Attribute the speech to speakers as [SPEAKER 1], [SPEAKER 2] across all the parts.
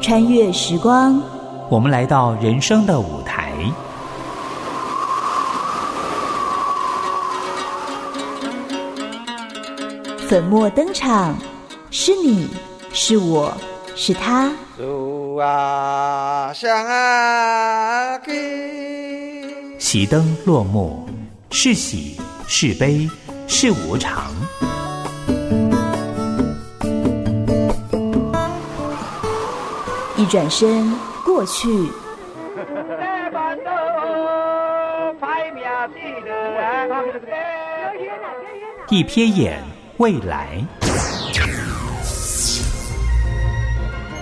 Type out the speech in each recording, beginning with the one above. [SPEAKER 1] 穿越时光，
[SPEAKER 2] 我们来到人生的舞台。
[SPEAKER 1] 粉墨登场，是你，是我，是他。
[SPEAKER 3] 路啊，上啊，去。
[SPEAKER 2] 喜灯落幕，是喜是悲是无常。
[SPEAKER 1] 一转身，过去
[SPEAKER 4] 在板头拍面记得。
[SPEAKER 2] 一瞥眼，未来。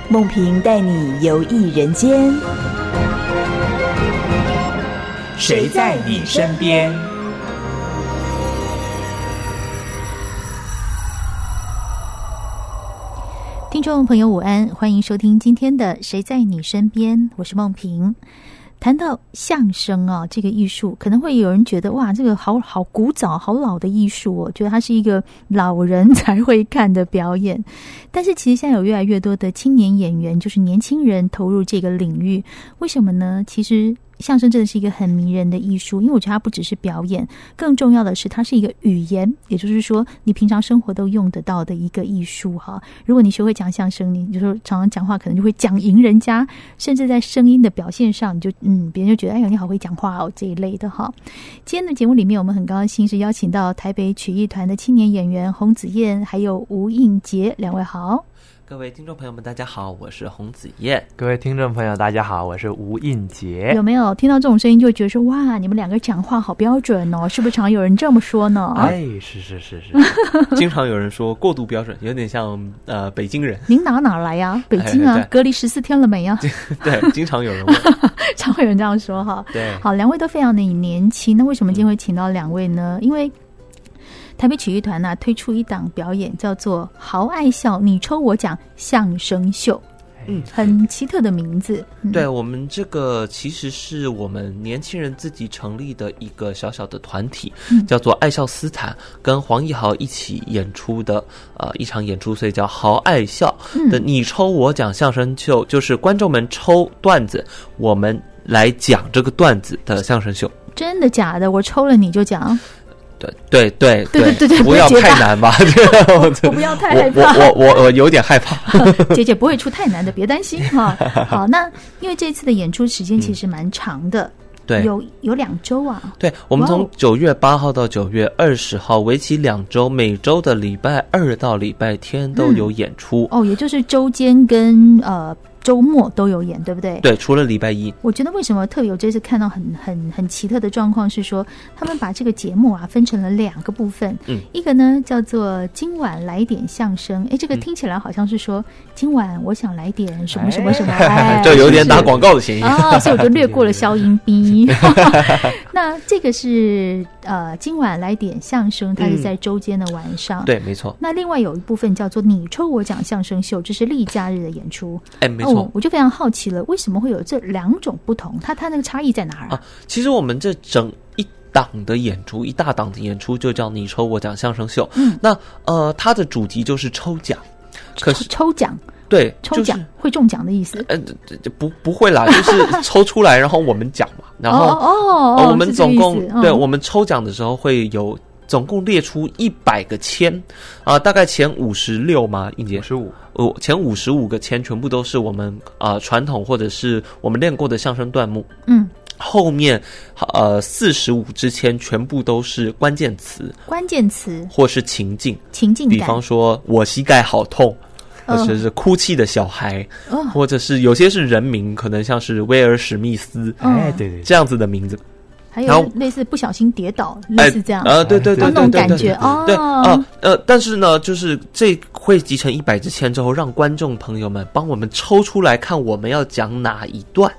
[SPEAKER 1] 梦萍带你游艺人间，
[SPEAKER 2] 谁在你身边？
[SPEAKER 5] 听众朋友，午安，欢迎收听今天的《谁在你身边》，我是梦萍。谈到相声啊，这个艺术，可能会有人觉得哇，这个好好古早、好老的艺术哦，觉得它是一个老人才会看的表演。 但是其实现在有越来越多的青年演员，就是年轻人投入这个领域，为什么呢？其实相声真的是一个很迷人的艺术，因为我觉得它不只是表演，更重要的是它是一个语言，也就是说你平常生活都用得到的一个艺术哈。如果你学会讲相声，你就是常常讲话可能就会讲赢人家，甚至在声音的表现上，你就嗯，别人就觉得哎呦你好会讲话哦这一类的哈。今天的节目里面，我们很高兴是邀请到台北曲艺团的青年演员洪子燕还有吴映洁两位好。
[SPEAKER 6] 各位听众朋友们，大家好，我是洪子 燕。
[SPEAKER 7] 各位听众朋友，大家好，我是吴印杰
[SPEAKER 5] 有。没有听到这种声音就会觉得说哇，你们两个讲话好标准哦？是不是常有人这么说呢？
[SPEAKER 7] 哎，是是是是，
[SPEAKER 6] 经常有人说过度标准，有点像呃北 京人，
[SPEAKER 5] 您哪哪来呀、北京啊，
[SPEAKER 6] 哎对
[SPEAKER 5] 隔离十四天了没呀、
[SPEAKER 6] 对，经常有人问，
[SPEAKER 5] 常会有人这样说哈。
[SPEAKER 6] 对，
[SPEAKER 5] 好，两位都非常的年轻，那为什么今天会请到两位呢？
[SPEAKER 6] 嗯
[SPEAKER 5] 因为台北曲艺团呢、啊推出一档表演叫做《豪爱笑你抽我讲相声秀》，
[SPEAKER 6] 嗯，
[SPEAKER 5] 很奇特的名字。嗯、
[SPEAKER 6] 对我们这个其实是我们年轻人自己成立的一个小小的团体，
[SPEAKER 5] 嗯
[SPEAKER 6] 叫做爱笑斯坦，跟黄义豪一起演出的呃一场演出，所以叫豪爱笑的
[SPEAKER 5] 嗯，
[SPEAKER 6] 你抽我讲相声秀，就是观众们抽段子，我们来讲这个段子的相声秀。
[SPEAKER 5] 真的假的？我抽了你就讲，
[SPEAKER 6] 对对对
[SPEAKER 5] 对对对对
[SPEAKER 6] 不要
[SPEAKER 5] 不要结巴
[SPEAKER 6] 太难吧， 这个我
[SPEAKER 5] 我不要太害
[SPEAKER 6] 我
[SPEAKER 5] 怕。
[SPEAKER 6] 我我我有点害怕。
[SPEAKER 5] 姐姐不会出太难的，别担心 哈、好，那因为这次的演出时间其实蛮长的，
[SPEAKER 6] 嗯对，
[SPEAKER 5] 有有两周啊。
[SPEAKER 6] 对，我们
[SPEAKER 5] 哇
[SPEAKER 6] 从
[SPEAKER 5] 哦
[SPEAKER 6] 九月八号到九月二十号，为期两周，每周的礼拜二到礼拜天都有演出。
[SPEAKER 5] 哦，也就是周间跟呃周末都有演，对不对？
[SPEAKER 6] 对，除了礼拜一，
[SPEAKER 5] 我觉得为什么特别有这次看到很很很奇特的状况是说，他们把这个节目啊分成了两个部分，
[SPEAKER 6] 嗯，
[SPEAKER 5] 一个呢叫做今晚来点相声，哎，这个
[SPEAKER 6] 嗯
[SPEAKER 5] 听起来好像是说、今晚我想来点什么什么什么，哎
[SPEAKER 6] 这有点打
[SPEAKER 5] 是不是
[SPEAKER 6] 广告的嫌疑。
[SPEAKER 5] 哦，所以我就略过了消音 逼。 那这个是呃，今晚来点相声，它是在周间的晚上。。
[SPEAKER 6] 对，没错，
[SPEAKER 5] 那另外有一部分叫做“你抽我讲相声秀”，这是例假日的演出。
[SPEAKER 6] 哎，没
[SPEAKER 5] 哦
[SPEAKER 6] 错。，
[SPEAKER 5] 我就非常好奇了，为什么会有这两种不同？它它那个差异在哪儿啊
[SPEAKER 6] 啊？其实我们这整一档的演出，一大档的演出就叫你抽我讲相声秀。
[SPEAKER 5] 嗯，
[SPEAKER 6] 那呃，它的主题就是抽奖，可
[SPEAKER 5] 抽
[SPEAKER 6] 是
[SPEAKER 5] 抽奖，
[SPEAKER 6] 对，
[SPEAKER 5] 抽
[SPEAKER 6] 就是
[SPEAKER 5] 奖、会中奖的意思。
[SPEAKER 6] 呃，这这不不会啦，就是抽出来，然后我们讲 嘛，然后
[SPEAKER 5] 哦哦
[SPEAKER 6] 呃
[SPEAKER 5] 哦，
[SPEAKER 6] 我们
[SPEAKER 5] 是这个
[SPEAKER 6] 总
[SPEAKER 5] 意
[SPEAKER 6] 共、
[SPEAKER 5] 思嗯
[SPEAKER 6] 对我们抽奖的时候会有总共列出一百个签啊、大概前五十六嘛，应杰
[SPEAKER 7] 五，十五，
[SPEAKER 6] 呃，前五十五个签全部都是我们啊、呃传统或者是我们练过的相声段目，
[SPEAKER 5] 嗯，
[SPEAKER 6] 后面呃四十五支签全部都是关键词
[SPEAKER 5] 关键词
[SPEAKER 6] 或是情境，
[SPEAKER 5] 情境
[SPEAKER 6] 比
[SPEAKER 5] 感
[SPEAKER 6] 方，说我膝盖好痛。或者
[SPEAKER 5] 嗯
[SPEAKER 6] 是哭泣的小孩，
[SPEAKER 5] 哦
[SPEAKER 6] 或者是有些是人名，可能像是威尔史密斯
[SPEAKER 5] 嗯
[SPEAKER 7] 哎，对对对，
[SPEAKER 6] 这样子的名字，
[SPEAKER 5] 还
[SPEAKER 6] 然
[SPEAKER 5] 有
[SPEAKER 6] 后
[SPEAKER 5] 类似不小心跌倒，类似这样。啊
[SPEAKER 6] 呃，对对
[SPEAKER 7] 哦
[SPEAKER 6] 对
[SPEAKER 5] 那种
[SPEAKER 6] 对
[SPEAKER 5] 感
[SPEAKER 6] 对对，
[SPEAKER 5] 觉哦，
[SPEAKER 6] 对啊、呃，但是呢，就是这会集成一百支签之后，让观众朋友们帮我们抽出来看我们要讲哪一段，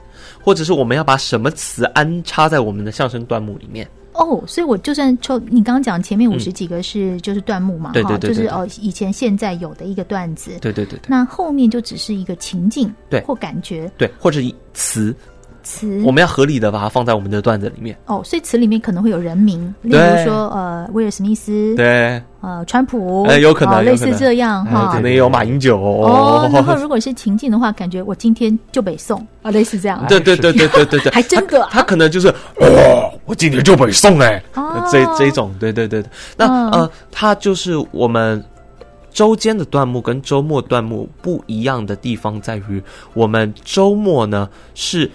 [SPEAKER 6] 或者是我们要把什么词安插在我们的相声段目里面。
[SPEAKER 5] 哦，所以我就算抽你刚刚讲前面五十几个是、就是段目嘛，
[SPEAKER 6] 嗯对
[SPEAKER 5] 哈，
[SPEAKER 6] 对对
[SPEAKER 5] 就是
[SPEAKER 6] 对对
[SPEAKER 5] 哦以前现在有的一个段子，
[SPEAKER 6] 对对对对
[SPEAKER 5] 那后面就只是一个情境
[SPEAKER 6] 对
[SPEAKER 5] 或感觉
[SPEAKER 6] 对，或者一词
[SPEAKER 5] 词
[SPEAKER 6] 我们要合理的把它放在我们的段子里面。
[SPEAKER 5] 哦，所以词里面可能会有人名，例如
[SPEAKER 6] 对
[SPEAKER 5] 说呃威尔史密斯，
[SPEAKER 6] 对，
[SPEAKER 5] 呃川普，
[SPEAKER 6] 哎有可能哎
[SPEAKER 5] 哦
[SPEAKER 6] 有
[SPEAKER 5] 类
[SPEAKER 6] 可
[SPEAKER 5] 似
[SPEAKER 6] 能
[SPEAKER 5] 这样哈
[SPEAKER 6] 可。能也有马英九
[SPEAKER 5] 哦，然后如果是情境的话，感觉我今天就北宋啊，类似这样啊，
[SPEAKER 6] 对对对对对对 对，
[SPEAKER 5] 还真的啊
[SPEAKER 6] 他，他可能就是哦，我今天就北宋哎，
[SPEAKER 5] 哦
[SPEAKER 6] 这这种，对对对。那、
[SPEAKER 5] 嗯
[SPEAKER 6] 呃，它就是我们周间的段目跟周末段目不一样的地方在于，我们周末呢是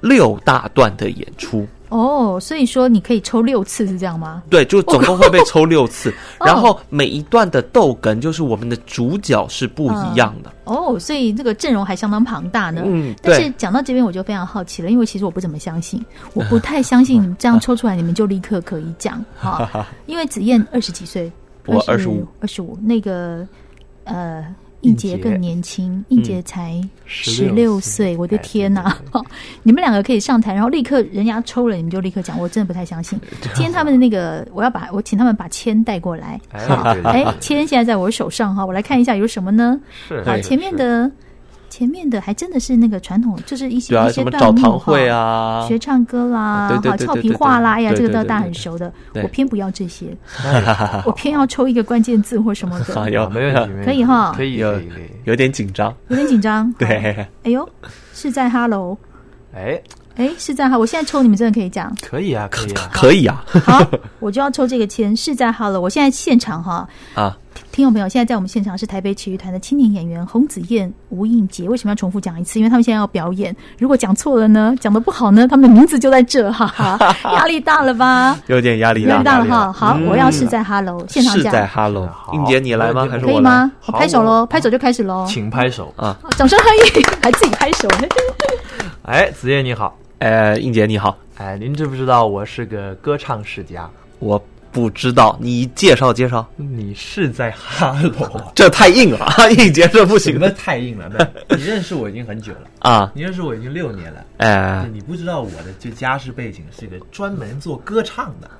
[SPEAKER 6] 六大段的演出，
[SPEAKER 5] 哦，所以说你可以抽六次是这样吗？
[SPEAKER 6] 对，就总共会 被抽六次，
[SPEAKER 5] 哦
[SPEAKER 6] 然后每一段的逗哏就是我们的主角是不一样的，
[SPEAKER 5] 哦，所以这个阵容还相当庞大呢。
[SPEAKER 6] 嗯
[SPEAKER 5] 但
[SPEAKER 6] 对
[SPEAKER 5] 是讲到这边我就非常好奇了，因为其实我不怎么相信， 我不太相信你们这样抽出来你们就立刻可以 讲哈、因为子燕二十几岁，
[SPEAKER 6] 我25，
[SPEAKER 5] 二十五，那个呃。应杰
[SPEAKER 2] 应杰
[SPEAKER 5] 更年轻，应杰才十六
[SPEAKER 2] 16
[SPEAKER 5] 岁，
[SPEAKER 2] 岁
[SPEAKER 5] 我的
[SPEAKER 2] 哎
[SPEAKER 5] 天呐、你们两个可以上台，然后立刻人家抽了，你们就立刻讲，我真的不太相 信。今天他们的那个，我要把我请他们把签带过来，
[SPEAKER 2] 哎
[SPEAKER 5] 好，
[SPEAKER 2] 对对
[SPEAKER 5] 哎
[SPEAKER 2] 对，
[SPEAKER 5] 签现在在我手上哈，我来看一下有什么呢？
[SPEAKER 2] 是
[SPEAKER 5] 好，前面的前面的还真的是那个传统，就是一些
[SPEAKER 6] 对啊，
[SPEAKER 5] 一些
[SPEAKER 6] 什么
[SPEAKER 5] 段
[SPEAKER 6] 澡
[SPEAKER 5] 目
[SPEAKER 6] 堂会
[SPEAKER 5] 哈。
[SPEAKER 6] 啊，
[SPEAKER 5] 学唱歌啦，
[SPEAKER 6] 啊对对
[SPEAKER 5] 哈
[SPEAKER 6] 对
[SPEAKER 5] 俏
[SPEAKER 6] 对
[SPEAKER 5] 皮
[SPEAKER 6] 对
[SPEAKER 5] 话
[SPEAKER 6] 对
[SPEAKER 5] 啦，哎呀，
[SPEAKER 6] 对
[SPEAKER 5] 这个
[SPEAKER 6] 对
[SPEAKER 5] 大
[SPEAKER 6] 对
[SPEAKER 5] 家
[SPEAKER 6] 对
[SPEAKER 5] 很
[SPEAKER 6] 对
[SPEAKER 5] 熟的，
[SPEAKER 6] 对
[SPEAKER 5] 我偏不要这 些，我偏要抽一个关键字或什么
[SPEAKER 6] 啊
[SPEAKER 5] 的，
[SPEAKER 6] 有
[SPEAKER 2] 没问题，没问题
[SPEAKER 5] 可以哈
[SPEAKER 2] 可以
[SPEAKER 6] 有
[SPEAKER 2] 可以可以。
[SPEAKER 6] 有点紧张，
[SPEAKER 5] 有点紧张。好，
[SPEAKER 6] 对，
[SPEAKER 5] 哎呦，是在 Hello，
[SPEAKER 2] 哎，
[SPEAKER 5] 哎，是在哈，我现在抽你们真的可以讲，
[SPEAKER 2] 可以 啊，可以啊，
[SPEAKER 6] 可以啊
[SPEAKER 5] 好，我就要抽这个签，是在 Hello，我现在现场哈，
[SPEAKER 6] 啊，
[SPEAKER 5] 听众朋友，现在在我们现场是台北曲艺团的青年演员洪子燕、吴映洁。为什么要重复讲一次？因为他们现在要表演，如果讲错了呢，讲的不好呢，他们的名字就在这，哈 哈，压力大了吧？
[SPEAKER 6] 有点压力
[SPEAKER 5] 压
[SPEAKER 6] 大嗯
[SPEAKER 5] 力，大了
[SPEAKER 2] 压
[SPEAKER 5] 哈。
[SPEAKER 2] 力
[SPEAKER 5] 好，我要是在 Hello 现场
[SPEAKER 6] 是
[SPEAKER 5] 讲，
[SPEAKER 6] 在 Hello，
[SPEAKER 2] 好
[SPEAKER 6] 应杰你来吗？
[SPEAKER 2] 没问题
[SPEAKER 6] 还是
[SPEAKER 5] 可以
[SPEAKER 6] 我来
[SPEAKER 5] 吗？？好，拍手喽，拍手就开始喽，
[SPEAKER 2] 请拍手。
[SPEAKER 5] 好掌声欢迎，还自己拍手，
[SPEAKER 2] 哎，子夜你好，
[SPEAKER 6] 呃，应杰你好，
[SPEAKER 2] 哎，您知不知道我是个歌唱世家？
[SPEAKER 6] 我不知道，你介绍介绍，
[SPEAKER 2] 你是在哈 喽？
[SPEAKER 6] 这太硬了， 应杰这不行
[SPEAKER 7] 什么
[SPEAKER 6] 的
[SPEAKER 7] 太硬了？不是，你认识我已经很久了，
[SPEAKER 6] 啊，
[SPEAKER 7] 你认识我已经六年了。
[SPEAKER 2] 啊
[SPEAKER 6] 哎，
[SPEAKER 7] 你不知道我的这家世背景是个专门做歌唱的。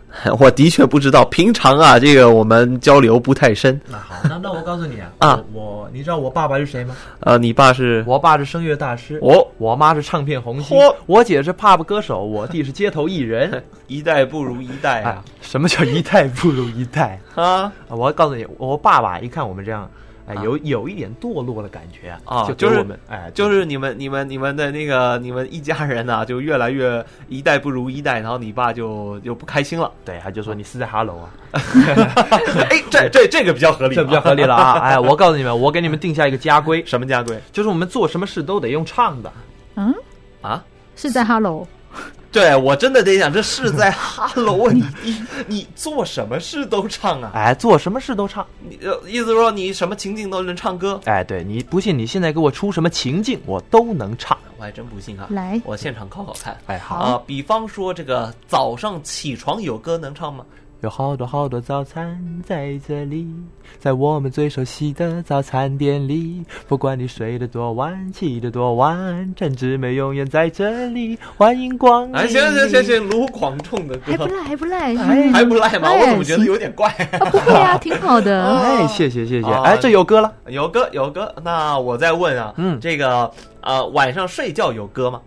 [SPEAKER 6] 我的确不知道，平常啊，这个我们交流不太深。
[SPEAKER 7] 那好，那那我告诉你 啊，
[SPEAKER 6] 啊
[SPEAKER 7] 我我你知道我爸爸是谁吗？
[SPEAKER 6] 呃，你爸是
[SPEAKER 7] 我爸是声乐大师，
[SPEAKER 6] 哦
[SPEAKER 7] 我妈是唱片红星
[SPEAKER 6] 嚯，
[SPEAKER 7] 我姐是 pop 歌手，我弟是街头艺 人。
[SPEAKER 6] 一代不如一代
[SPEAKER 2] 哎，什么叫一代不如一代？
[SPEAKER 6] 啊
[SPEAKER 7] 啊 我告诉你，我爸爸一看我们这样，哎，有有一点堕落的感觉
[SPEAKER 6] 啊，
[SPEAKER 7] 就给
[SPEAKER 6] 就是
[SPEAKER 7] 我们哎，
[SPEAKER 6] 就是你们你们你们的那个你们一家人呐、就越来越一代不如一代，然后你爸就就不开心了。
[SPEAKER 7] 对，他就说你是在哈喽啊，
[SPEAKER 6] 哎，这这这个比较合理，
[SPEAKER 7] 这比较合理了啊。 哎，我告诉你们，我给你们定下一个家规，
[SPEAKER 6] 什么家规
[SPEAKER 7] 就是我们做什么事都得用唱的。
[SPEAKER 5] 嗯，
[SPEAKER 6] 啊？
[SPEAKER 5] 是在 Hello，
[SPEAKER 6] 对我真的得想，这是在 哈喽啊！你你你做什么事都唱啊？
[SPEAKER 7] 哎，做什么事都唱。
[SPEAKER 6] 你呃意思说你什么情境都能唱歌？
[SPEAKER 7] 哎，对你不信，你现在给我出什么情境，我都能唱。
[SPEAKER 6] 我还真不信啊！
[SPEAKER 5] 来
[SPEAKER 6] 我现场考考看。
[SPEAKER 7] 哎，好，
[SPEAKER 6] 啊，比方说这个早上起床有歌能唱吗？
[SPEAKER 7] 有好多好多早餐在这里，在我们最熟悉的早餐店里。不管你睡得多晚，起得多晚，陈志美永远在这里，欢迎光临。
[SPEAKER 6] 哎，行行行，行，卢广仲的
[SPEAKER 5] 嗯还不
[SPEAKER 6] 歌
[SPEAKER 5] 赖，还不赖，
[SPEAKER 6] 还不赖吗？
[SPEAKER 5] 哎
[SPEAKER 6] 我怎么觉得
[SPEAKER 5] 行
[SPEAKER 6] 有点怪？
[SPEAKER 5] 啊不会啊，挺好的。
[SPEAKER 7] 哎，谢谢谢谢，
[SPEAKER 6] 啊
[SPEAKER 7] 哎，这有歌了。
[SPEAKER 6] 有歌有歌，那我再问啊，
[SPEAKER 7] 嗯
[SPEAKER 6] 这个呃晚上睡觉有歌吗？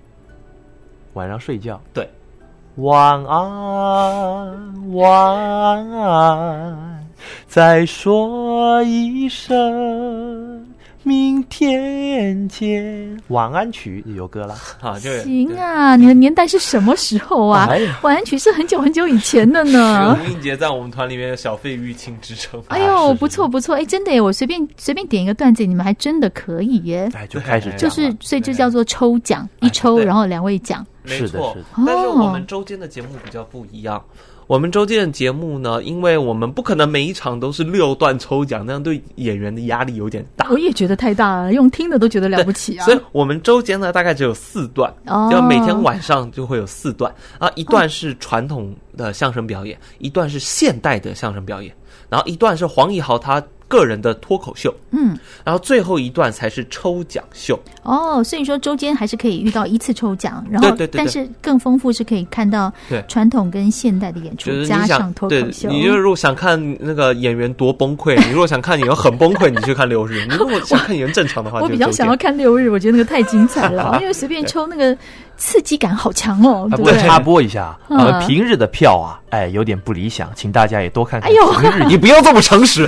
[SPEAKER 7] 晚上睡觉，
[SPEAKER 6] 对，
[SPEAKER 7] 晚安，晚安，再说一声，明天见。晚安曲有歌啦，
[SPEAKER 6] 啊，这个
[SPEAKER 5] 行啊，你的年代是什么时候啊？
[SPEAKER 7] 哎呀
[SPEAKER 5] 晚安曲是很久很久以前的呢
[SPEAKER 6] 对。吴映洁在我们团里面有小费玉清之称。
[SPEAKER 5] 哎呦，不错不错，哎，真的耶！我随便随便点一个段子，你们还真的可以耶。
[SPEAKER 7] 哎，就开始
[SPEAKER 5] 嗯就
[SPEAKER 7] 讲
[SPEAKER 5] 是
[SPEAKER 6] 啊
[SPEAKER 7] 了，
[SPEAKER 5] 所以这叫做抽奖，一抽
[SPEAKER 6] 哎对
[SPEAKER 5] 然后两位奖。
[SPEAKER 6] 没
[SPEAKER 7] 是的
[SPEAKER 6] 错
[SPEAKER 7] 是的，
[SPEAKER 6] 但是
[SPEAKER 5] 哦
[SPEAKER 6] 我们周间的节目比较不一样。我们周间的节目呢，因为我们不可能每一场都是六段抽奖，那样对演员的压力有点大。
[SPEAKER 5] 我也觉得太大了，用听的都觉得了不起啊
[SPEAKER 6] 所！以我们周间呢，大概只有四段，啊
[SPEAKER 5] 哦
[SPEAKER 6] 要每天晚上就会有四段啊，一段是传统的相声表演，一段是现代的相声表演，然后一段是黄义豪他个人的脱口秀，
[SPEAKER 5] 嗯，
[SPEAKER 6] 然后最后一段才是抽奖秀。
[SPEAKER 5] 哦，所以说周间还是可以遇到一次抽奖，然后
[SPEAKER 6] 对对对
[SPEAKER 5] 但是更丰富是可以看到
[SPEAKER 6] 对
[SPEAKER 5] 传统跟现代的演出
[SPEAKER 6] 就是
[SPEAKER 5] 加
[SPEAKER 6] 你
[SPEAKER 5] 上
[SPEAKER 6] 想
[SPEAKER 5] 脱
[SPEAKER 6] 对
[SPEAKER 5] 口，秀。
[SPEAKER 6] 你就是如果想看那个演员多崩溃，你如果想看演员很崩溃，你去看六日；你如果想看演员正常的话，
[SPEAKER 5] 我
[SPEAKER 6] 就
[SPEAKER 5] 比
[SPEAKER 6] 是
[SPEAKER 5] 较
[SPEAKER 6] 周
[SPEAKER 5] 想
[SPEAKER 6] 间
[SPEAKER 5] 要看六日，我觉得那个太精彩了，因为随便抽那个刺激感好强哦，
[SPEAKER 7] 啊，
[SPEAKER 5] 对
[SPEAKER 7] 不
[SPEAKER 5] 不
[SPEAKER 7] 过
[SPEAKER 5] 对？
[SPEAKER 7] 插播一下，
[SPEAKER 5] 嗯
[SPEAKER 7] 呃，平日的票啊，哎，有点不理想，请大家也多看看
[SPEAKER 5] 哎呦
[SPEAKER 7] 平 日。
[SPEAKER 6] 你不要这么诚实，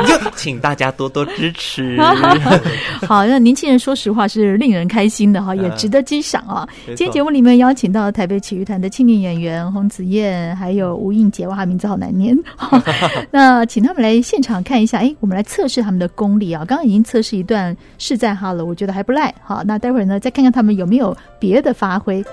[SPEAKER 6] 你就 请大家多多 支持。
[SPEAKER 5] 好，那年轻人说实话是令人开心的哈，
[SPEAKER 6] 嗯
[SPEAKER 5] 也值得欣赏啊。
[SPEAKER 6] 没错
[SPEAKER 5] 今天节目里面邀请到台北体育团的青年演员洪子燕，还有吴映洁，哇，她名字好难 念。好那请他们来现场看一下，哎，我们来测试他们的功力啊。刚刚已经测试一段是在哈了，我觉得还不赖。好，那待会儿呢，再看看他们有没有别的发挥。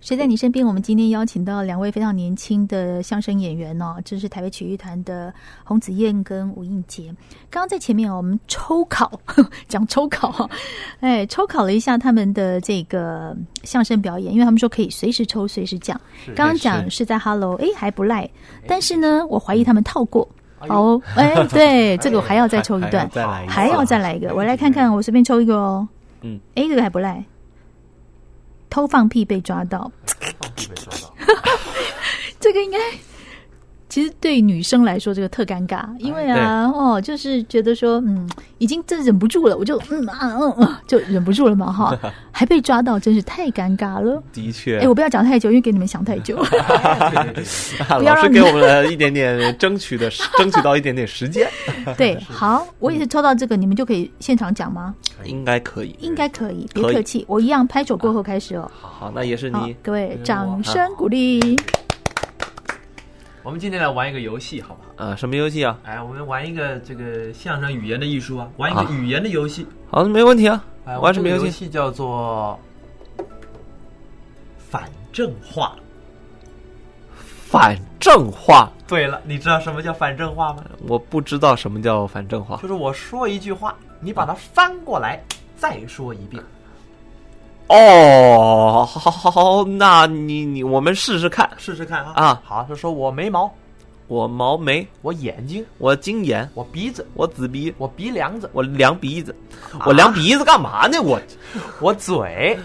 [SPEAKER 5] 谁在你身边？我们今天邀请到两位非常年轻的相声演员哦，这是台北曲艺团的洪子燕跟吴映洁。刚刚在前面哦，我们抽考 讲抽考哦，哎，抽考了一下他们的这个相声表演，因为他们说可以随时抽随时讲。刚刚讲是在 Hello，哎还不赖，但是呢，我怀疑他们套过。哦， 哎，对，这个我还要再抽一段，
[SPEAKER 6] 再来一次
[SPEAKER 5] 还要再来一个，我来看看，我随便抽一个哦。
[SPEAKER 6] 嗯，
[SPEAKER 5] 哎，这个还不赖。偷放屁被抓到， 这个应该。其实对女生来说，这个特尴尬，因为啊，哦，就是觉得说，嗯，已经这忍不住了，我就嗯啊嗯嗯，就忍不住了嘛， 哈，还被抓到，真是太尴尬了。
[SPEAKER 6] 的
[SPEAKER 5] 哎、
[SPEAKER 6] 确，
[SPEAKER 5] 我不要讲太久，因为给你们想太 久。不要
[SPEAKER 6] 啊老师
[SPEAKER 5] 让你
[SPEAKER 6] 给我们了一点点争取的，争取到一点点 时间，
[SPEAKER 5] 对，好，我也是嗯抽到这个，你们就可以现场讲吗？
[SPEAKER 6] 应该可以。
[SPEAKER 5] 应该可以，别
[SPEAKER 6] 可以
[SPEAKER 5] 客气，我一样拍手过后开始哦。
[SPEAKER 6] 好，那也是
[SPEAKER 5] 好
[SPEAKER 6] 你，。
[SPEAKER 5] 各位掌声鼓励。
[SPEAKER 7] 我们今天来玩一个游戏，好吧？
[SPEAKER 6] 啊，什么游戏啊？
[SPEAKER 7] 哎，我们玩一个这个相声语言的艺术啊，玩一
[SPEAKER 6] 啊
[SPEAKER 7] 个语言的游戏。
[SPEAKER 6] 好，没问题啊。
[SPEAKER 7] 哎，
[SPEAKER 6] 玩
[SPEAKER 7] 玩
[SPEAKER 6] 什
[SPEAKER 7] 什
[SPEAKER 6] 么
[SPEAKER 7] 么
[SPEAKER 6] 游
[SPEAKER 7] 游
[SPEAKER 6] 戏？
[SPEAKER 7] 戏叫做反正话？
[SPEAKER 6] 反正话，
[SPEAKER 7] 对了，你知道什么叫反正话吗？
[SPEAKER 6] 我不知道什么叫反正话
[SPEAKER 7] 就。是我说一句话，你把它翻过来再说一遍。
[SPEAKER 6] 哦，好好好，那你你我们试试看。
[SPEAKER 7] 试试看啊！
[SPEAKER 6] 啊
[SPEAKER 7] 好，就说我眉毛，
[SPEAKER 6] 我毛眉，
[SPEAKER 7] 我眼睛，
[SPEAKER 6] 我金眼，
[SPEAKER 7] 我鼻子，
[SPEAKER 6] 我紫鼻，
[SPEAKER 7] 我鼻梁子，
[SPEAKER 6] 我量鼻子，我量鼻子干嘛呢？我
[SPEAKER 7] 我嘴，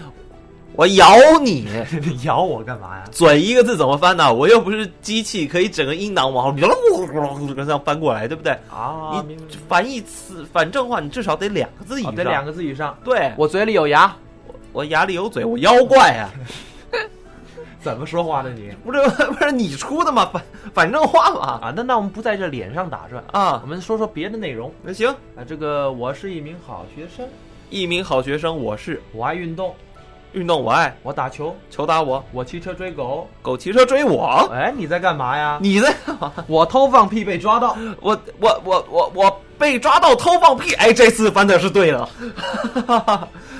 [SPEAKER 6] 我咬你，
[SPEAKER 7] 你 咬我干嘛呀？
[SPEAKER 6] 嘴一个字怎么翻呢？我又不是机器，可以整个音囊往后这样翻过来，对不对？
[SPEAKER 7] 啊，
[SPEAKER 6] 你
[SPEAKER 7] 明白
[SPEAKER 6] 反义词反正话，你至少得两个字以
[SPEAKER 7] 哦
[SPEAKER 6] 上。
[SPEAKER 7] 得两个字以上。
[SPEAKER 6] 对，我
[SPEAKER 7] 我嘴里有牙，
[SPEAKER 6] 我牙里有嘴，我妖怪啊！
[SPEAKER 7] 怎么说话的你？
[SPEAKER 6] 不是不是你出的吗？反反正话嘛
[SPEAKER 7] 啊，那那我们不在这脸上打转，我
[SPEAKER 6] 啊，
[SPEAKER 7] 们说说别的内容。
[SPEAKER 6] 那行。
[SPEAKER 7] 啊，这个我是一名好学生，
[SPEAKER 6] 一名好学生，我是
[SPEAKER 7] 我爱运动，
[SPEAKER 6] 运动我爱，
[SPEAKER 7] 我打球，
[SPEAKER 6] 球打我，
[SPEAKER 7] 我骑车追狗。
[SPEAKER 6] 狗骑车追我，
[SPEAKER 7] 哎，你在干嘛呀？
[SPEAKER 6] 你在干嘛？
[SPEAKER 7] 我偷放屁被抓到，
[SPEAKER 6] 我我我我我被抓到偷放屁，哎，这次翻的 是对了，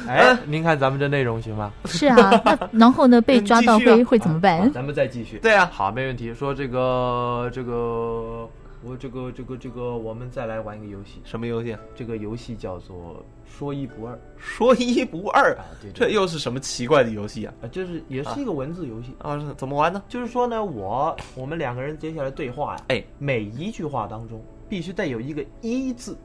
[SPEAKER 7] 哎，您看咱们这内容行吗？
[SPEAKER 5] 是啊，那然后呢？被抓到
[SPEAKER 6] 继续啊
[SPEAKER 5] 会会怎么
[SPEAKER 7] 好
[SPEAKER 5] 办？
[SPEAKER 7] 咱们再嗯继续。
[SPEAKER 6] 对啊，
[SPEAKER 7] 好，没问题。说这个这个，我这个这个这个，我们再来玩一个游戏。
[SPEAKER 6] 什么游戏？啊
[SPEAKER 7] 这个游戏叫做说一不二
[SPEAKER 6] 说一不二
[SPEAKER 7] 啊，，对
[SPEAKER 6] 这
[SPEAKER 7] 对，
[SPEAKER 6] 又是什么奇怪的游戏啊？
[SPEAKER 7] 啊，就是也是一个文字游戏。
[SPEAKER 6] 啊，是怎么玩呢？
[SPEAKER 7] 就是说呢，我我们两个人接下来对话呀，
[SPEAKER 6] 哎，
[SPEAKER 7] 每一句话当中必须带有一个一字，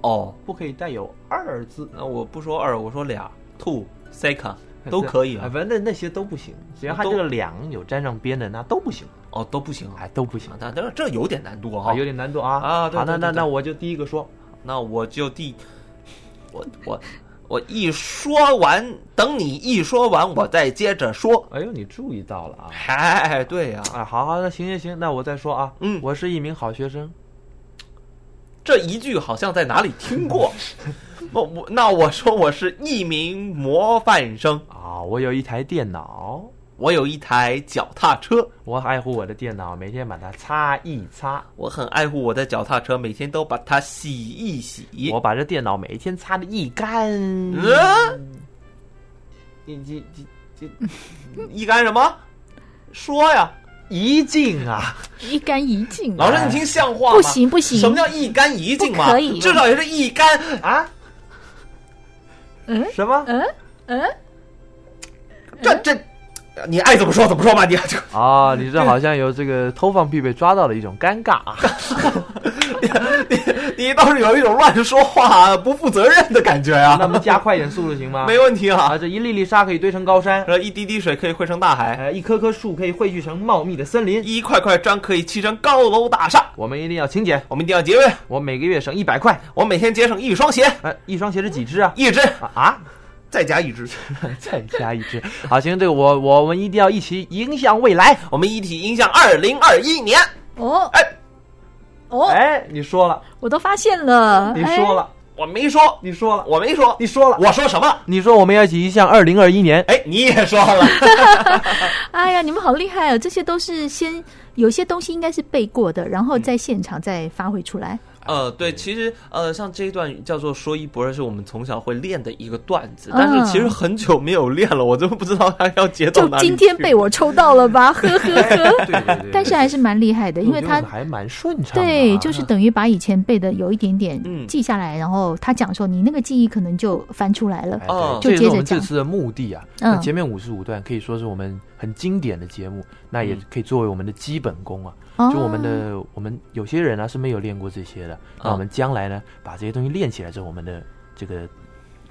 [SPEAKER 6] 哦，
[SPEAKER 7] 不可以带有二字，
[SPEAKER 6] 那我不说二，我说俩，two second 都可以
[SPEAKER 7] 啊，
[SPEAKER 6] 啊，
[SPEAKER 7] 反正那些都不行，只要它
[SPEAKER 6] 都
[SPEAKER 7] 这个两有沾上边的，那都不行，
[SPEAKER 6] 哦都不行啊，
[SPEAKER 7] 哎，都不行
[SPEAKER 6] 啊那这这有点难度啊
[SPEAKER 7] 啊，有，点难度啊
[SPEAKER 6] 啊对
[SPEAKER 7] 好，那
[SPEAKER 6] 对对
[SPEAKER 7] 那
[SPEAKER 6] 对
[SPEAKER 7] 那我就第一个说，
[SPEAKER 6] 那我就第，我我我一说完，等你一说完，我再接着说。
[SPEAKER 7] 哎呦，你注意到了啊，
[SPEAKER 6] 哎，对呀、
[SPEAKER 7] 啊，好好，那行行行，那我再说啊，
[SPEAKER 6] 嗯
[SPEAKER 7] 我是一名好学生，
[SPEAKER 6] 这一句好像在哪里听过。 我我那我说我是一名模范生，
[SPEAKER 7] 啊，我有一台电脑，
[SPEAKER 6] 我有一台脚踏车，
[SPEAKER 7] 我爱护我的电脑，每天把它擦一擦，
[SPEAKER 6] 我很爱护我的脚踏车，每天都把它洗一洗
[SPEAKER 7] 我。把这电脑每天擦的一干。
[SPEAKER 6] 嗯，
[SPEAKER 7] 你这这
[SPEAKER 6] 一干什么？说呀，
[SPEAKER 7] 一静啊，
[SPEAKER 5] 一干一净，啊
[SPEAKER 6] 老师，你听像话吗？
[SPEAKER 5] 不行不行
[SPEAKER 6] 什么叫一干一净嘛？
[SPEAKER 5] 不可以
[SPEAKER 6] 至少也是一干
[SPEAKER 7] 啊，
[SPEAKER 5] 嗯
[SPEAKER 7] 什么？
[SPEAKER 5] 嗯嗯，
[SPEAKER 6] 这这，你爱怎么说怎么说吧，你 这
[SPEAKER 7] 啊，你这好像有这个偷放屁被抓到的一种尴尬啊！
[SPEAKER 6] 你倒是有一种乱说话、不负责任的感觉啊！
[SPEAKER 7] 那我们加快一点速度行吗？
[SPEAKER 6] 没问题
[SPEAKER 7] 啊，
[SPEAKER 6] 啊，
[SPEAKER 7] 这一粒粒沙可以堆成高山，
[SPEAKER 6] 然后一滴滴水可以汇成大海，
[SPEAKER 7] 呃，一棵棵树可以汇聚成茂密的森林。
[SPEAKER 6] 一块块砖可以砌成高楼大厦。
[SPEAKER 7] 我们一定要勤俭，
[SPEAKER 6] 我们一定要节约，
[SPEAKER 7] 我每个月省一百块。
[SPEAKER 6] 我每天节省一双鞋，
[SPEAKER 7] 呃，一双鞋是几只啊？
[SPEAKER 6] 一只
[SPEAKER 7] 啊啊！
[SPEAKER 6] 再加一只。
[SPEAKER 7] 再加一只。好，行，这个我我们一定要一起影响未来。
[SPEAKER 6] 我们一起迎向二零二一年。
[SPEAKER 5] 哦
[SPEAKER 6] 哎
[SPEAKER 5] 哦，
[SPEAKER 7] 哎，你说了，
[SPEAKER 5] 我都发现了，哎
[SPEAKER 7] 你说了，
[SPEAKER 6] 我没说，
[SPEAKER 7] 你说了，
[SPEAKER 6] 我没说，
[SPEAKER 7] 你说了，
[SPEAKER 6] 我说什么了？
[SPEAKER 7] 你说我们要一起向二零二一年。
[SPEAKER 6] 哎，你也说了。
[SPEAKER 5] 哎。哎呀，你们好厉害哦！这些都是先有些东西应该是背过的，然后在现场再发挥出来。
[SPEAKER 6] 呃，对，其实呃，像这一段叫做“说一不二”，是我们从小会练的一个段
[SPEAKER 5] 嗯
[SPEAKER 6] 子，但是其实很久没有练了，我 真不知道它要截到
[SPEAKER 5] 就
[SPEAKER 6] 哪里去。
[SPEAKER 5] 今天被我抽到了吧，呵呵 呵。
[SPEAKER 7] 对对对
[SPEAKER 5] 嗯 但是还是蛮厉害的，因为 他
[SPEAKER 7] 还蛮顺畅的啊。
[SPEAKER 5] 对，就是等于把以前背的有一点点
[SPEAKER 6] 嗯
[SPEAKER 5] 记下来，然后他讲的时候，你那个记忆可能就翻出来了。
[SPEAKER 7] 哎
[SPEAKER 6] 哦
[SPEAKER 7] 对这
[SPEAKER 5] 就接
[SPEAKER 7] 也是
[SPEAKER 5] 着
[SPEAKER 7] 我们这
[SPEAKER 5] 讲
[SPEAKER 7] 次的目的啊。
[SPEAKER 5] 嗯
[SPEAKER 7] 那前面五十五段可以说是我们很经典的节目，那也
[SPEAKER 6] 嗯
[SPEAKER 7] 可以作为我们的基本功啊。
[SPEAKER 5] 哦
[SPEAKER 7] 就我们的我们有些人啊是没有练过这些的，
[SPEAKER 5] 哦
[SPEAKER 7] 那我们将来呢把这些东西练起来之后，我们的这个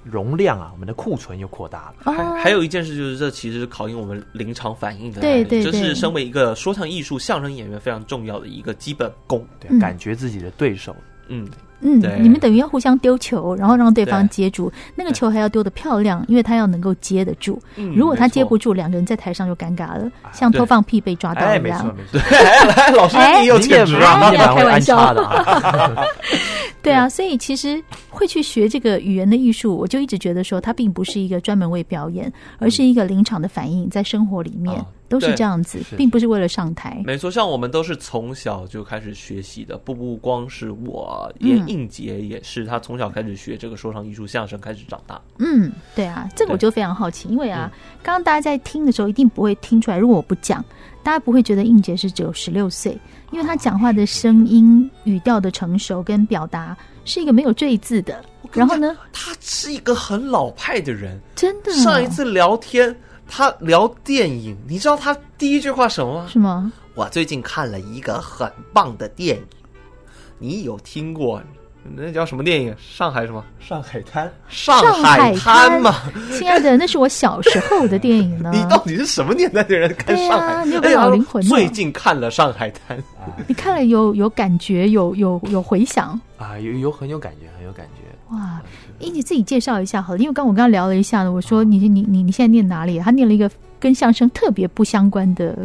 [SPEAKER 7] 容量啊，我们的库存又扩大了。
[SPEAKER 5] 哦，
[SPEAKER 6] 还还有一件事就是，这其实是考验我们临场反应的能
[SPEAKER 5] 对
[SPEAKER 6] 力，
[SPEAKER 5] 对
[SPEAKER 6] 这
[SPEAKER 5] 对
[SPEAKER 6] 是身为一个说唱艺术、相声演员非常重要的一个基本功。
[SPEAKER 7] 对啊，
[SPEAKER 5] 嗯
[SPEAKER 7] 感觉自己的对手。
[SPEAKER 6] 嗯，
[SPEAKER 5] 嗯
[SPEAKER 6] 对，
[SPEAKER 5] 你们等于要互相丢球，然后让对方
[SPEAKER 6] 对
[SPEAKER 5] 接住那个球，还要丢得漂亮，因为他要能够接得住。
[SPEAKER 6] 嗯
[SPEAKER 5] 如果他接不住，两个人在台上就尴尬了，像
[SPEAKER 6] 对
[SPEAKER 5] 偷放屁被抓到
[SPEAKER 7] 哎，
[SPEAKER 5] 一
[SPEAKER 7] 没错
[SPEAKER 5] 样。
[SPEAKER 7] 没 错，
[SPEAKER 6] 来来，老师
[SPEAKER 5] 啊哎
[SPEAKER 6] 你有
[SPEAKER 7] 你也
[SPEAKER 6] 潜质啊！
[SPEAKER 5] 哎
[SPEAKER 7] 蛮你也蛮
[SPEAKER 5] 开
[SPEAKER 7] 会
[SPEAKER 5] 玩
[SPEAKER 7] 安
[SPEAKER 5] 笑
[SPEAKER 7] 插的啊。
[SPEAKER 5] 对啊，所以其实会去学这个语言的艺术，我就一直觉得说，它并不是一个专门为表演，而是一个临场的反应，在生活里面
[SPEAKER 6] 啊
[SPEAKER 5] 都是
[SPEAKER 6] 对
[SPEAKER 5] 这样子
[SPEAKER 7] 是，
[SPEAKER 5] 并不是为了上台。
[SPEAKER 6] 没错，像我们都是从小就开始学习的，不不光是我，连
[SPEAKER 5] 嗯
[SPEAKER 6] 应杰也是，他从小开始学这个说唱艺术、相声，开始长大。
[SPEAKER 5] 嗯，对啊，这个我
[SPEAKER 6] 对
[SPEAKER 5] 就非常好奇，因为啊，刚刚大家在听的时候一定不会听出来，如果我不讲，大家不会觉得应杰是只有十六岁，因为他讲话的声音、语调的成熟跟表达是一个没有赘字的。然后呢，
[SPEAKER 6] 他是一个很老派的人。
[SPEAKER 5] 真的啊
[SPEAKER 6] 上一次聊天，他聊电影，你知道他第一句话什么吗？
[SPEAKER 5] 是吗？
[SPEAKER 6] 我最近看了一个很棒的电影，你有听过？那叫什么电影？上海什么？
[SPEAKER 7] 上海滩，
[SPEAKER 6] 上
[SPEAKER 5] 海
[SPEAKER 6] 滩
[SPEAKER 5] 滩
[SPEAKER 6] 吗？
[SPEAKER 5] 亲爱的，那是我小时候的电影呢。
[SPEAKER 6] 你到底是什么年代的人
[SPEAKER 5] 嗯
[SPEAKER 6] 看
[SPEAKER 5] 对啊
[SPEAKER 6] 上海？
[SPEAKER 5] 你有个
[SPEAKER 6] 哎呀
[SPEAKER 5] 老灵魂啊呢
[SPEAKER 6] 最近看了《上海滩》，
[SPEAKER 5] 你看了有有感觉，有有有回响
[SPEAKER 7] 啊，有有很有感觉，很有感觉。
[SPEAKER 5] 哇！英姐自己介绍一下好了，因为刚我刚刚聊了一下呢，我说你你你你现在念哪里？他念了一个跟相声特别不相关的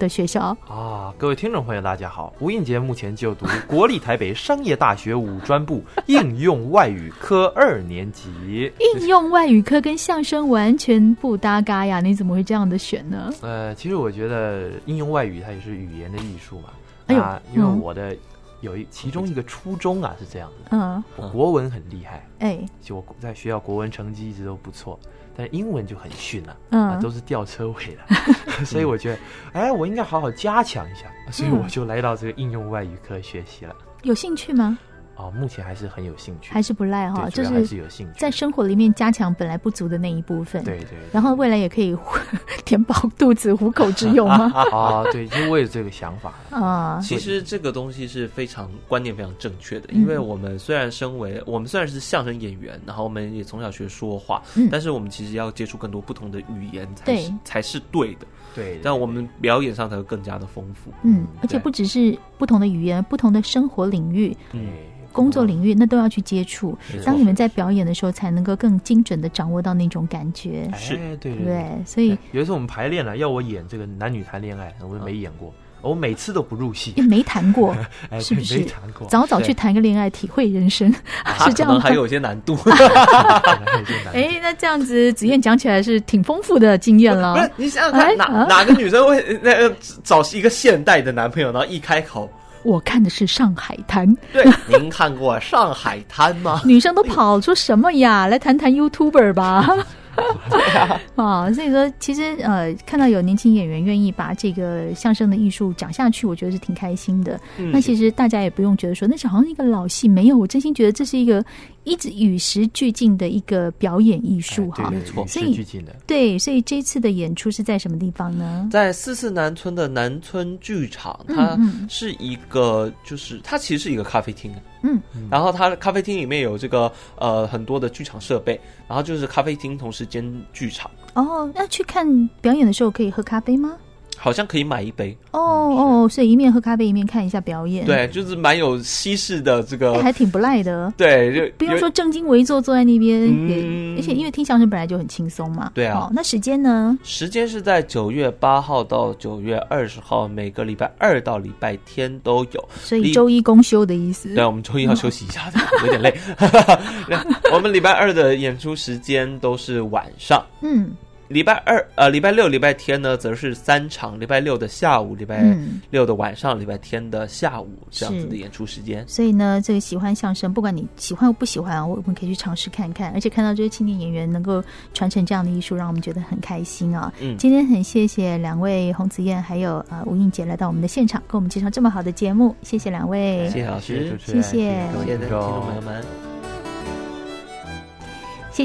[SPEAKER 5] 的学校，
[SPEAKER 7] 啊，各位听众朋友，大家好！吴映洁目前就 读国立台北商业大学五专部 应用外语科二年级。
[SPEAKER 5] 应用外语科跟相声完全不搭嘎呀！你怎么会这样的选呢？
[SPEAKER 7] 呃，其实我觉得应用外语它也是语言的艺术嘛。
[SPEAKER 5] 哎呦
[SPEAKER 7] 啊，因为
[SPEAKER 5] 嗯
[SPEAKER 7] 我的有一其中一个初衷啊是这样子，
[SPEAKER 5] 嗯，
[SPEAKER 7] 我国文很厉害，
[SPEAKER 5] 哎，
[SPEAKER 7] 就我在学校国文成绩一直都不错，但是英文就很逊了、
[SPEAKER 5] 嗯
[SPEAKER 7] 啊，都是吊车尾 的， 所以我觉得，哎，我应该好好加强一下，
[SPEAKER 5] 嗯
[SPEAKER 7] 所以我就来到这个应用外语科学习了。
[SPEAKER 5] 有兴趣吗？
[SPEAKER 7] 哦，目前还是很有兴趣，
[SPEAKER 5] 还是不赖哈、
[SPEAKER 7] 对主
[SPEAKER 5] 就
[SPEAKER 7] 要还
[SPEAKER 5] 是
[SPEAKER 7] 是有兴趣
[SPEAKER 5] 在生活里面加强本来不足的那一部分。
[SPEAKER 7] 对。对对
[SPEAKER 5] 然后未来也可以填饱肚子、糊口之用 吗？
[SPEAKER 7] 啊，对，其实我有这个想法，
[SPEAKER 5] 啊，
[SPEAKER 6] 其实这个东西是非常观念非常正确
[SPEAKER 5] 嗯
[SPEAKER 6] 的，因为我们虽然身为我们虽然是相声演员，然后我们也从小学说话，
[SPEAKER 5] 嗯
[SPEAKER 6] 但是我们其实要接触更多不同的语言才
[SPEAKER 5] 对
[SPEAKER 6] 是才是对的，
[SPEAKER 7] 对，
[SPEAKER 6] 但我们表演上才会更加的丰富。
[SPEAKER 5] 嗯，而且
[SPEAKER 6] 对
[SPEAKER 5] 不只是不同的语言、不同的生活领域、
[SPEAKER 7] 对
[SPEAKER 5] 工作领域，
[SPEAKER 7] 嗯
[SPEAKER 5] 那都要去接触
[SPEAKER 6] 没。错
[SPEAKER 5] 当你们在表演的时候，才能够更精准的掌握到那种感觉，
[SPEAKER 7] 哎
[SPEAKER 6] 是
[SPEAKER 7] 对
[SPEAKER 5] 对不
[SPEAKER 7] 对对。
[SPEAKER 5] 对？所以
[SPEAKER 7] 有一次我们排练了，要我演这个男女谈恋爱，我就没
[SPEAKER 6] 嗯
[SPEAKER 7] 演过，我每次都不入戏
[SPEAKER 5] 也，没谈过，
[SPEAKER 7] 哎，
[SPEAKER 5] 是不是
[SPEAKER 7] 没谈过，
[SPEAKER 5] 早早去
[SPEAKER 6] 对
[SPEAKER 5] 谈个恋爱，体会人生，
[SPEAKER 6] 啊
[SPEAKER 5] 是这
[SPEAKER 6] 可
[SPEAKER 5] 样
[SPEAKER 6] 能
[SPEAKER 5] 吗
[SPEAKER 6] 还？有一些 难度。
[SPEAKER 7] 哎真难
[SPEAKER 5] 哎，那这样子，子燕讲起来是挺丰富的经验
[SPEAKER 6] 不是
[SPEAKER 5] 了。
[SPEAKER 6] 你想想看，
[SPEAKER 5] 哎
[SPEAKER 6] 哪
[SPEAKER 5] 啊
[SPEAKER 6] 哪个女生会那个找一个现代的男朋友，然后一开口，
[SPEAKER 5] 我看的是《上海滩》，
[SPEAKER 6] 对，您看过《上海滩》吗？
[SPEAKER 5] 女生都跑出什么呀？来谈谈 YouTuber 吧。 啊，所以说，其实呃，看到有年轻演员愿意把这个相声的艺术讲下去，我觉得是挺
[SPEAKER 6] 嗯
[SPEAKER 5] 开心的。那其实大家也不用觉得说那是好像一个老戏，没有，我真心觉得这是一个一直与时俱进的一个表演艺
[SPEAKER 6] 哎
[SPEAKER 5] 术哈。
[SPEAKER 7] 没错，
[SPEAKER 5] 所
[SPEAKER 7] 是
[SPEAKER 5] 以
[SPEAKER 7] 最近的。
[SPEAKER 5] 对，所以这次的演出是在什么地方呢？
[SPEAKER 6] 在四四南村的南村剧场，它
[SPEAKER 5] 嗯嗯
[SPEAKER 6] 是一个，就是它其实是一个咖啡厅啊。
[SPEAKER 5] 嗯，
[SPEAKER 6] 然后它的咖啡厅里面有这个呃很多的剧场设备，然后就是咖啡厅同时兼剧场，
[SPEAKER 5] 哦，那去看表演的时候可以喝咖啡吗？
[SPEAKER 6] 好像可以买一杯。
[SPEAKER 5] 哦哦，所以一面喝咖啡一面看一下表演，
[SPEAKER 6] 对，就是蛮有西式的这个
[SPEAKER 5] 哎，，还挺不赖的。
[SPEAKER 6] 对，就
[SPEAKER 5] 不用
[SPEAKER 6] 有
[SPEAKER 5] 说正襟危坐坐在那边，
[SPEAKER 6] 嗯
[SPEAKER 5] 也而且因为听相声本来就很轻松嘛。
[SPEAKER 6] 对啊
[SPEAKER 5] 哦，那时间呢？
[SPEAKER 6] 时间是在九月八号到九月二十号，每个礼拜二到礼拜天都有。
[SPEAKER 5] 所以
[SPEAKER 6] 礼
[SPEAKER 5] 周一公休的意思。
[SPEAKER 6] 对，我们周一要休息一下的，有点累。 我们礼拜二的演出时间都是晚上，
[SPEAKER 5] 嗯
[SPEAKER 6] 礼拜二呃，礼拜六、礼拜天呢，则是三场，礼拜六的下午，礼拜
[SPEAKER 5] 嗯，
[SPEAKER 6] 六的晚上，礼拜天的下午这样子的演出时间。
[SPEAKER 5] 所以呢，这个喜欢相声，不管你喜欢或不喜欢，我们可以去尝试看看。而且看到这些青年演员能够传承这样的艺术，让我们觉得很开心啊。
[SPEAKER 6] 嗯
[SPEAKER 5] 今天很谢谢两位洪子燕还有呃吴映洁来到我们的现场，给我们介绍这么好的节目，谢谢两位。
[SPEAKER 6] 谢谢老
[SPEAKER 7] 谢谢
[SPEAKER 6] 师
[SPEAKER 7] 主，持人，
[SPEAKER 5] 谢谢
[SPEAKER 7] 各位
[SPEAKER 6] 谢谢听
[SPEAKER 7] 听
[SPEAKER 6] 众朋
[SPEAKER 7] 众
[SPEAKER 6] 友。们。
[SPEAKER 5] 谢